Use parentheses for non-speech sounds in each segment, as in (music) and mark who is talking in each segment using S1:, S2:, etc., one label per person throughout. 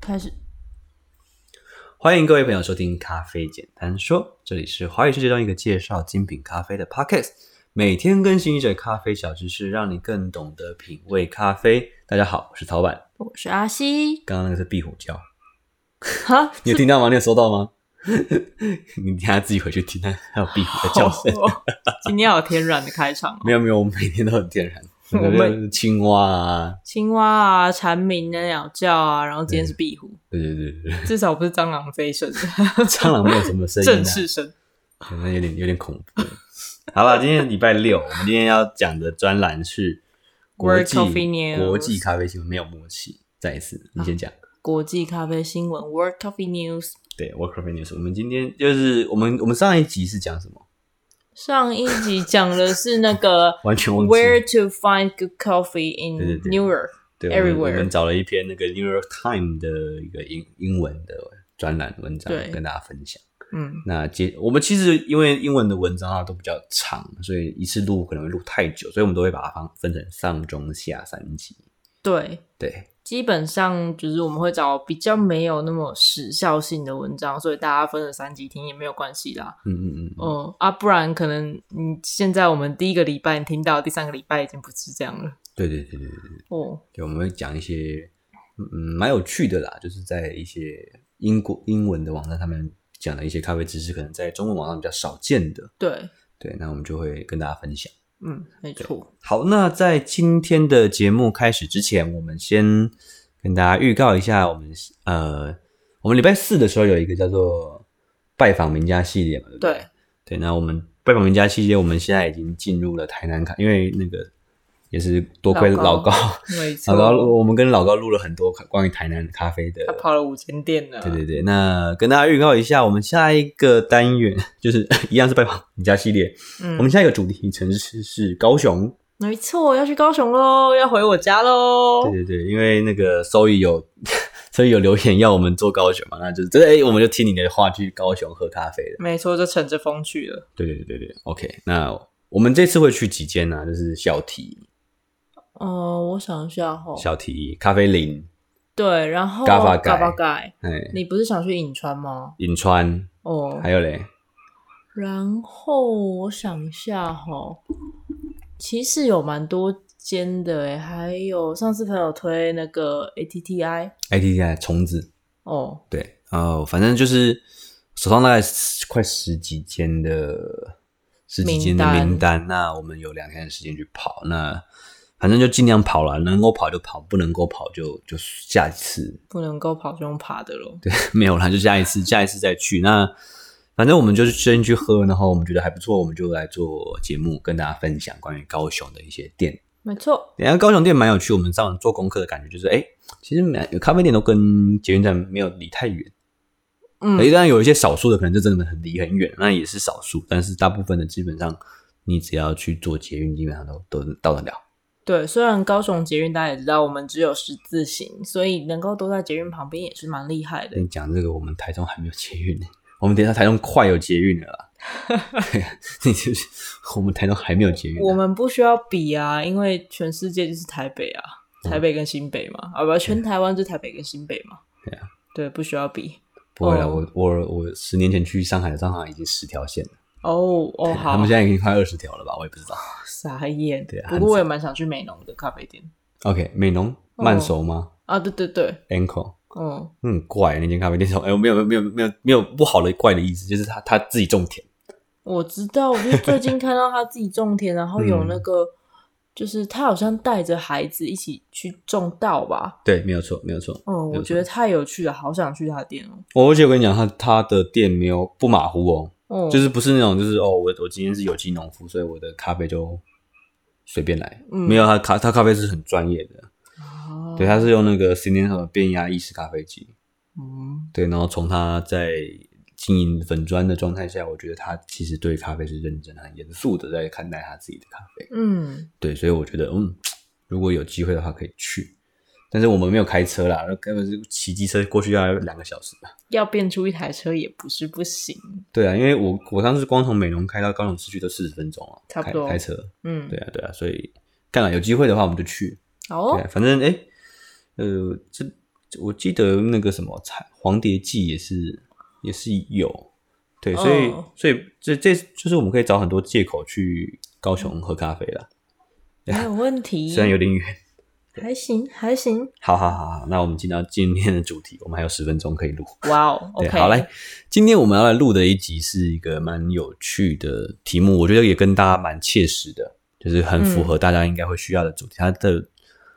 S1: 开始。
S2: 欢迎各位朋友收听《咖啡简单说》，这里是华语世界中一个介绍精品咖啡的 podcast，每天更新一则咖啡小知识，让你更懂得品味咖啡。大家好，我是陶板，
S1: 我是阿西。
S2: 刚刚那个是壁虎叫，
S1: 哈，
S2: 你有听到吗？你有收到吗？ (laughs) 你等一下自己回去听，还有壁虎的叫声。
S1: 哦 (laughs) 今天好天然的开场哦，
S2: 没有没有，我们每天都很天然，
S1: (laughs) 我们
S2: 那个青蛙啊，
S1: 青蛙啊、蝉鸣啊、鸟叫啊，然后今天
S2: 嗯
S1: 是壁虎，
S2: 对对对对，
S1: 至少不是蟑螂飞声，
S2: 蟑螂没有什么声音、啊，
S1: 正式声。
S2: 可能有点有点恐怖。好了，今天礼拜六，我们今天要讲的专栏是国
S1: World
S2: 际
S1: Coffee News 啊
S2: 国际咖啡新闻，没有默契。再一次，你先讲。
S1: 国际咖啡新闻 World Coffee News。
S2: 对，World Coffee News。我们今天就是我们我们上一集是讲什么？
S1: 上一集讲的是那个
S2: (laughs) 完全忘记。
S1: Where to find good coffee
S2: 对对
S1: in
S2: 对
S1: New York。
S2: 对，我们
S1: everywhere
S2: 我们找了一篇那个 New York Times 的一个英英文的专栏文章
S1: 对
S2: 跟大家分享。
S1: 嗯，
S2: 那接我们其实因为英文的文章啊都比较长，所以一次录可能会录太久，所以我们都会把它分分成上中下三集。
S1: 对，
S2: 对，
S1: 基本上就是我们会找比较没有那么时效性的文章，所以大家分了三集听也没有关系啦。
S2: 嗯嗯嗯嗯。
S1: 哦、啊，不然可能你现在我们第一个礼拜你听到，第三个礼拜已经不是这样了。
S2: 对对对对对对，
S1: 哦，
S2: 对我们会讲一些嗯蛮有趣的啦，就是在一些英国英文的网站上面讲的一些咖啡知识，可能在中文网上比较少见的。
S1: 对，
S2: 对，那我们就会跟大家分享。
S1: 嗯，没错，
S2: 好，那在今天的节目开始之前，我们先跟大家预告一下，我们呃，我们礼拜四的时候有一个叫做拜访名家系列嘛，对不对？
S1: 对，
S2: 对，那我们拜访名家系列，我们现在已经进入了台南卡，因为那个也是多亏
S1: 老
S2: 老
S1: 高
S2: 高，
S1: 没
S2: 老高，
S1: 错，
S2: 我们跟老高录了很多关于台南咖啡的
S1: 他。跑了五千店了。
S2: 对对对，那跟大家预告一下，我们下一个单元 (laughs) 就是一样是拜访你家系列。
S1: 嗯
S2: 我们下一个主题城市是高雄。
S1: 没错，要去高雄喽，要回我家喽。
S2: 对对对，因为那个 Zoe 有 (laughs) Zoe 有留言要我们做高雄嘛，那就是对，我们就听你的话去高雄喝咖啡了。
S1: 没错，就乘着风去了。
S2: 对对对对对，OK。那我们这次会去几间呢、就是小提、
S1: 哦、我想一下哈、
S2: 小提咖啡林，
S1: 对，然后
S2: 嘎巴盖
S1: 嘎巴盖，
S2: 哎，
S1: 你不是想去银川吗？
S2: 银川，
S1: 哦，
S2: 还有嘞，
S1: 然后我想一下哈，其实有蛮多间的诶，还有上次朋友推那个 ATTI
S2: ITI 虫子，
S1: 哦，
S2: 对，呃，反正就是手上大概十快十几间的十几间的
S1: 名单
S2: 名单，那我们有两天的时间去跑，那反正就尽量跑了，能够跑就跑，不能够跑就就下一次， (laughs)
S1: 不能够跑这种爬的咯。
S2: 对，没有啦，就下一次，下一次再去。那反正我们就是先去喝，然后我们觉得还不错，我们就来做节目跟大家分享关于高雄的一些店
S1: 没错，
S2: 等一下高雄店蛮有趣，我们上网做功课的感觉就是，哎、其实蛮有咖啡店都跟捷运站没有离太远。
S1: 嗯
S2: 诶，当然有一些少数的可能就真的很离很远，那也是少数，但是大部分的基本上你只要去做捷运，基本上都都能到得了。
S1: 对，虽然高雄捷运大家也知道，我们只有十字形，所以能够都在捷运旁边也是蛮厉害的
S2: 哎跟。你讲这个，我们台中还没有捷运呢， (laughs) 我们等一下台中快有捷运了啦。 (laughs) 对，就是我们台中还没有捷运啊，
S1: 我们不需要比啊，因为全世界就是台北啊，
S2: 嗯
S1: 台北跟新北嘛，啊不，全台湾就台北跟新北嘛。
S2: 对啊，
S1: 对，不需要比。
S2: 不会了。
S1: 哦
S2: 我我我十年前去上海的，上海已经十条线了，
S1: 哦哦，好，
S2: 他们现在已经快二十条了吧？我也不知道。
S1: 傻眼。
S2: 对啊
S1: 不过我也蛮想去美浓的咖啡店
S2: OK，美浓
S1: 哦
S2: 慢熟吗
S1: 啊。对对对，
S2: ？Ankle。
S1: 嗯，
S2: 很怪那间咖啡店，哎、我没有没有没有没有没有不好的怪的意思，就是他他自己种田，
S1: 我知道，我就是最近看到他自己种田，然后有那个，
S2: 嗯
S1: 就是他好像带着孩子一起去种稻吧。
S2: 对，没有错，没有错。
S1: 嗯，我觉得太有趣了，好想去他的店哦。
S2: 我而且我跟你讲，他他的店没有不马虎哦，
S1: 哦，
S2: 就是不是那种就是哦，我我今天是有机农夫，所以我的咖啡就随便来，
S1: 嗯
S2: 没有他咖他咖啡是很专业的，
S1: 啊
S2: 对，他是用那个十年和变压意式咖啡机，
S1: 嗯，
S2: 对，然后从他在经营粉砖的状态下，我觉得他其实对咖啡是认真、很严肃的在看待他自己的咖啡。
S1: 嗯，
S2: 对，所以我觉得，嗯，如果有机会的话可以去，但是我们没有开车啦，根本是骑机车过去要两个小时吧。
S1: 要变出一台车也不是不行。
S2: 对啊，因为我我上次光从美浓开到高雄市区都四十分钟啊，
S1: 差不多
S2: 开开车。
S1: 嗯，
S2: 对啊，对啊，所以干了有机会的话我们就去。
S1: 好
S2: 对啊
S1: 哦
S2: 啊、，反正哎，呃，这我记得那个什么彩黄蝶记也是也是有，对，所以、
S1: 哦
S2: 所以这这就是我们可以找很多借口去高雄喝咖啡啦，
S1: 没有问题，
S2: 啊虽然有点远。 (laughs)
S1: 还行还行，
S2: 好好好好，那我们进到今天的主题，我们还有十分钟可以录。
S1: 哇哦
S2: 对，
S1: ，OK，
S2: 好来，今天我们要来录的一集是一个蛮有趣的题目，我觉得也跟大家蛮切实的，就是很符
S1: 嗯
S2: 合大家应该会需要的主题。它的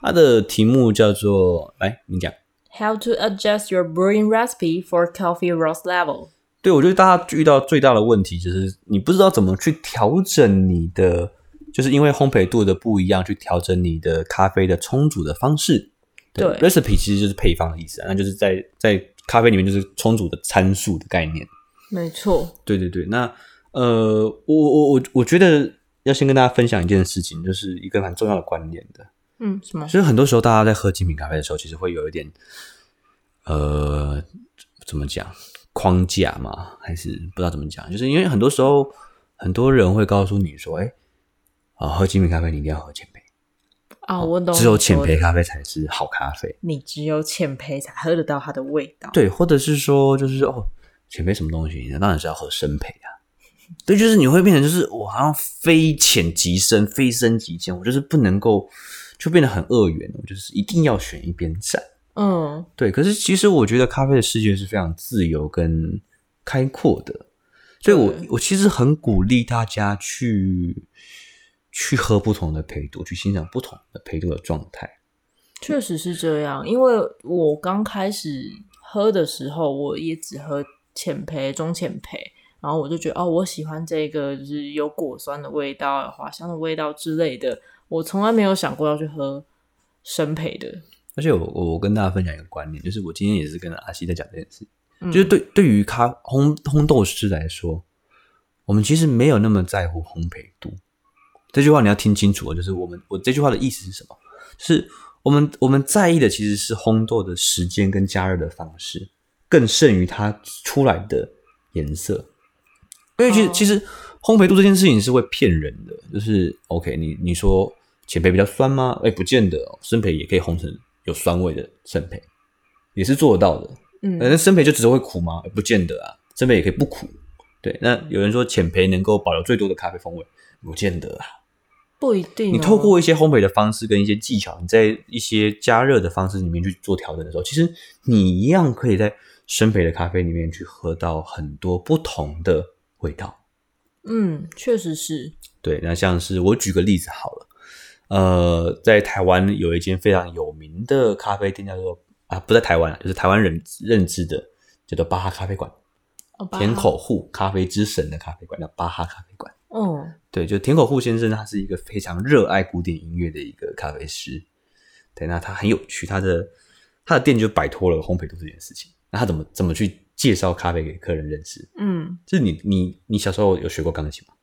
S2: 它的题目叫做，来你讲。
S1: How to adjust your brewing recipe for coffee roast level？
S2: 对，我觉得大家遇到最大的问题就是你不知道怎么去调整你的，就是因为烘焙度的不一样，去调整你的咖啡的冲煮的方式。
S1: 对
S2: ，recipe 其实就是配方的意思啊，那就是在在咖啡里面就是冲煮的参数的概念。
S1: 没错，
S2: 对对对，那呃，我我我我觉得要先跟大家分享一件事情，就是一个蛮重要的观念的，
S1: 嗯，什么？
S2: 所以很多时候大家在喝精品咖啡的时候，其实会有一点呃，怎么讲框架嘛，还是不知道怎么讲，就是因为很多时候很多人会告诉你说，哎，啊，喝精品咖啡你一定要喝浅焙，
S1: 啊，我懂，
S2: 只有浅焙，咖啡才是好咖啡。
S1: 你只有浅焙才喝得到它的味道。
S2: 对，或者是说就是哦，浅焙什么东西？那当然是要喝深焙啊。对，就是你会变成就是我好像非浅即深，非深即浅，我就是不能够就变得很二元，我就是一定要选一边站。
S1: 嗯，
S2: 对，可是其实我觉得咖啡的世界是非常自由跟开阔的，所以我
S1: 对
S2: 我其实很鼓励大家去去喝不同的陪读，去欣赏不同的陪读的状态。
S1: 确实是这样，因为我刚开始喝的时候，我也只喝浅焙、中浅焙，然后我就觉得哦，我喜欢这个，就是有果酸的味道、有花香的味道之类的。我从来没有想过要去喝深焙的，
S2: 而且我我跟大家分享一个观念，就是我今天也是跟阿西在讲这件事，
S1: 嗯
S2: 就是对对于咖烘烘豆师来说，我们其实没有那么在乎烘焙度。这句话你要听清楚哦，就是我们我这句话的意思是什么？是我们我们在意的其实是烘豆的时间跟加热的方式，更胜于它出来的颜色。因为其实、
S1: 哦
S2: 其实烘焙度这件事情是会骗人的，就是 OK，你你说浅焙比较酸吗？哎，不见得、哦，生焙也可以烘成有酸味的生焙，也是做得到的。呃
S1: 嗯
S2: 那生培就只会苦吗？不见得啊，生培也可以不苦。对，那有人说浅焙能够保留最多的咖啡风味，不见得啊。
S1: 不一定哦、
S2: 你透过一些烘焙的方式跟一些技巧，你在一些加热的方式里面去做调整的时候，其实你一样可以在生焙的咖啡里面去喝到很多不同的味道。
S1: 嗯，确实是，
S2: 对，那像是我举个例子好了，呃，在台湾有一间非常有名的咖啡店，叫做啊，不在台湾啊，就是台湾人认知的，叫做巴哈咖啡馆。
S1: 哦
S2: 田，口户咖啡之神的咖啡馆，叫巴哈咖啡馆。
S1: 巴哈嗯，
S2: 对，就田口户先生，他是一个非常热爱古典音乐的一个咖啡师。对，那他很有趣，他的他的店就摆脱了烘焙度这件事情。那他怎么怎么去介绍咖啡给客人认识？
S1: 嗯，
S2: 就是你你你小时候有学过钢琴吗？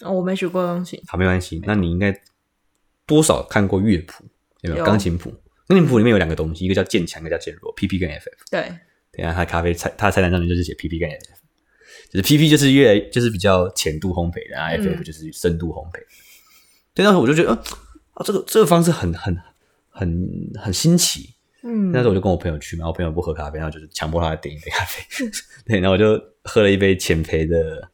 S1: 哦我没学过钢琴，
S2: 好，没关系，那你应该多少看过乐谱，有没有？
S1: 有
S2: 钢琴谱，钢琴谱里面有两个东西，一个叫渐强，一个叫渐弱，PP 跟 FF。
S1: 对，
S2: 等一下，他咖啡菜，他的菜单上面就是写 PP 跟 FF，就是 PP 就是越就是比较浅度烘焙的，然后
S1: 嗯
S2: FF 就是深度烘焙。对，那时候我就觉得，呃啊，这个这个方式很很很很新奇。
S1: 嗯
S2: 那时候我就跟我朋友去嘛，我朋友不喝咖啡，然后就是强迫他点一杯咖啡。
S1: 嗯
S2: (laughs) 对，然后我就喝了一杯浅焙的，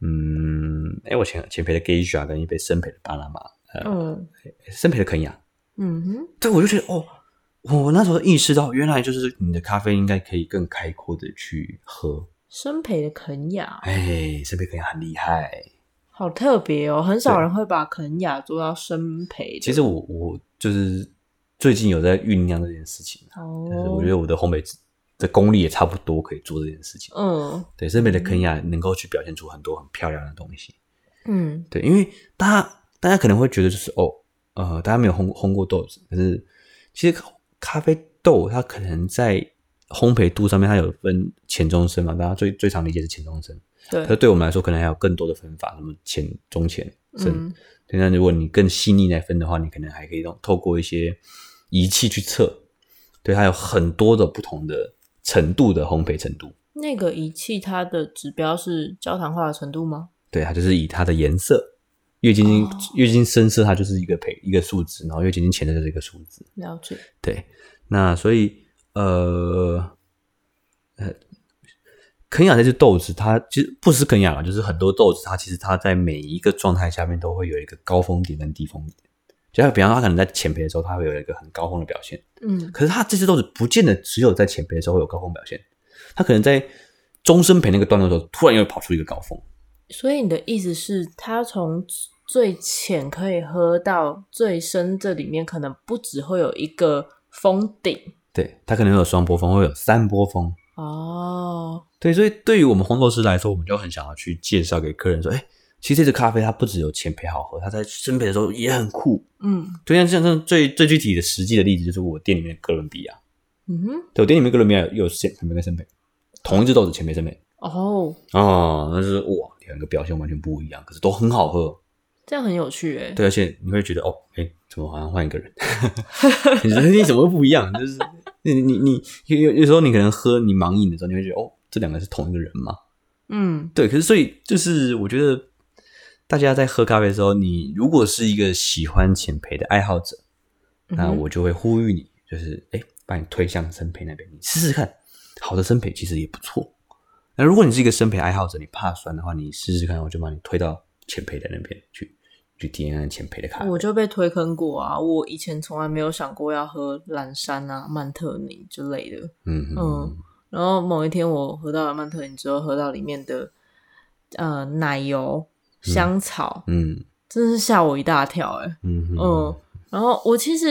S2: 嗯，哎、我浅浅焙的 Geisha 跟一杯深焙的巴拿马，
S1: 嗯
S2: 深焙的肯亚。
S1: 嗯哼，
S2: 对，我就觉得哦，我那时候意识到，原来就是你的咖啡应该可以更开阔的去喝。
S1: 生培的肯雅
S2: 哎，这边肯定很厉害。
S1: 好特别哦，很少人会把肯雅做到生培的。
S2: 其实我我就是最近有在酝酿这件事情，啊
S1: 哦
S2: 但是，我觉得我的烘焙的功力也差不多可以做这件事情。
S1: 嗯
S2: 对，这边的肯亚能够去表现出很多很漂亮的东西。
S1: 嗯
S2: 对，因为大家大家可能会觉得就是哦，呃，大家没有烘烘过豆子，可是其实咖啡豆它可能在烘焙度上面它有分浅中深嘛，大家最最常理解是浅中深，
S1: 对
S2: 可是对我们来说可能还有更多的分法，什么浅中浅深。
S1: 嗯
S2: 对，那如果你更细腻来分的话，你可能还可以用透过一些仪器去测，对，它有很多的不同的程度的烘焙程度。
S1: 那个仪器它的指标是焦糖化的程度吗？
S2: 对，它就是以它的颜色，越接近、
S1: 哦
S2: 越接近深色，它就是一个配一个数值，然后越接近浅色就是一个数值。
S1: 了解，
S2: 对，那所以呃呃，肯亚那只豆子，它其实不是肯亚啦，就是很多豆子，它其实它在每一个状态下面都会有一个高峰点跟低峰点。就像比方说，它可能在浅培的时候，它会有一个很高峰的表现，
S1: 嗯
S2: 可是它这只豆子不见得只有在浅培的时候会有高峰表现，它可能在终身培那个段落的时候，突然又跑出一个高峰。
S1: 所以你的意思是，它从最浅可以喝到最深，这里面可能不只会有一个封顶
S2: 对，它可能会有双波峰，会有三波峰，
S1: 哦。
S2: 对，所以对于我们烘豆师来说，我们就很想要去介绍给客人说，哎，其实这支咖啡它不只有浅焙好喝，它在深焙的时候也很酷。
S1: 嗯
S2: 对，像像像最最具体的实际的例子，就是我店里面的哥伦比亚，
S1: 嗯哼，
S2: 对我店里面哥伦比亚有有浅焙跟深焙，同一只豆子浅焙深焙，
S1: 哦，
S2: 哦，那就是哇，两个表现完全不一样，可是都很好喝。
S1: 这样很有趣哎、
S2: 对，而且你会觉得哦，哎，怎么好像换一个人？ (laughs) 你觉得你怎么会不一样？就是你你你有有有时候你可能喝你盲饮的时候，你会觉得哦，这两个是同一个人吗？
S1: 嗯
S2: 对，可是所以就是我觉得大家在喝咖啡的时候，你如果是一个喜欢浅焙的爱好者，
S1: 嗯哼
S2: 那我就会呼吁你，就是哎，把你推向生焙那边，你试试看，好的生焙其实也不错。那如果你是一个生焙爱好者，你怕酸的话，你试试看，我就把你推到浅焙的那边去，去体验看浅焙的咖啡。
S1: 我就被推坑过啊！我以前从来没有想过要喝蓝山啊、曼特宁之类的。
S2: 嗯
S1: 嗯
S2: 嗯，
S1: 然后某一天我喝到了曼特宁之后，喝到里面的呃奶油、香草，
S2: 嗯
S1: 真是吓我一大跳哎、
S2: 嗯
S1: 嗯，然后我其实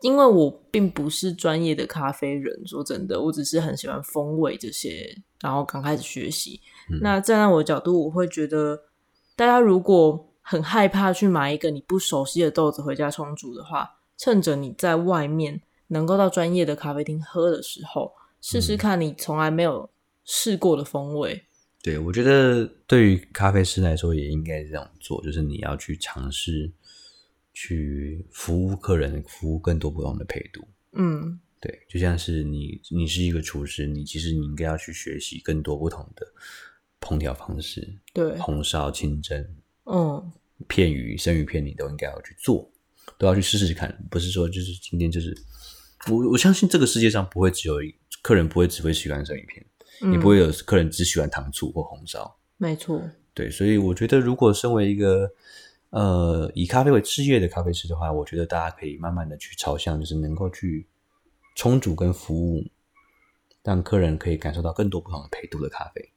S1: 因为我并不是专业的咖啡人，说真的，我只是很喜欢风味这些，然后刚开始学习。
S2: 嗯
S1: 那站在我的角度，我会觉得大家如果很害怕去买一个你不熟悉的豆子回家冲煮的话，趁着你在外面能够到专业的咖啡厅喝的时候，试
S2: 嗯
S1: 试看你从来没有试过的风味。
S2: 对，我觉得对于咖啡师来说也应该是这样做，就是你要去尝试去服务客人，服务更多不同的配度。
S1: 嗯
S2: 对，就像是你，你是一个厨师，你其实你应该要去学习更多不同的烹调方式，
S1: 对，
S2: 红烧、清蒸、
S1: 嗯
S2: 片鱼、生鱼片，你都应该要去做，都要去试试看。不是说就是今天就是我我相信这个世界上不会只有一客人不会只会喜欢生鱼片，
S1: 嗯，
S2: 也不会有客人只喜欢糖醋或红烧。
S1: 没错，
S2: 对，所以我觉得，如果身为一个呃以咖啡为事业的咖啡师的话，我觉得大家可以慢慢的去朝向，就是能够去冲煮跟服务，让客人可以感受到更多不同的配度的咖啡。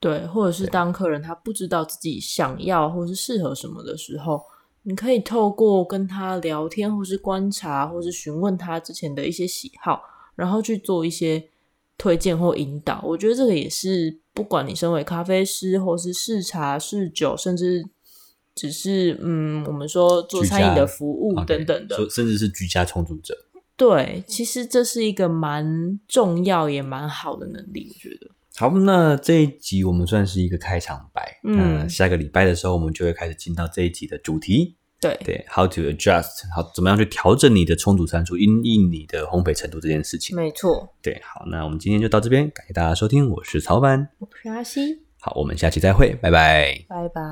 S1: 对，或者是当客人他不知道自己想要或是适合什么的时候，你可以透过跟他聊天，或是观察，或是询问他之前的一些喜好，然后去做一些推荐或引导。我觉得这个也是，不管你身为咖啡师，或是试茶、试酒，甚至只是嗯，我们说做
S2: 居
S1: 餐饮
S2: 家
S1: 的服务
S2: OK，
S1: 等等的
S2: 所以甚至是居家冲煮者。
S1: 对，其实这是一个蛮重要也蛮好的能力，我觉得。
S2: 好，那这一集我们算是一个开场白。
S1: 嗯
S2: 那下个礼拜的时候，我们就会开始进到这一集的主题。
S1: 对，
S2: 对，How to adjust，好，怎么样去调整你的冲煮参数，因应你的烘焙程度这件事情。
S1: 没错，
S2: 对，好，那我们今天就到这边，感谢大家收听，我是曹凡。
S1: 我是阿西，
S2: 好，我们下期再会，拜拜。
S1: 拜拜。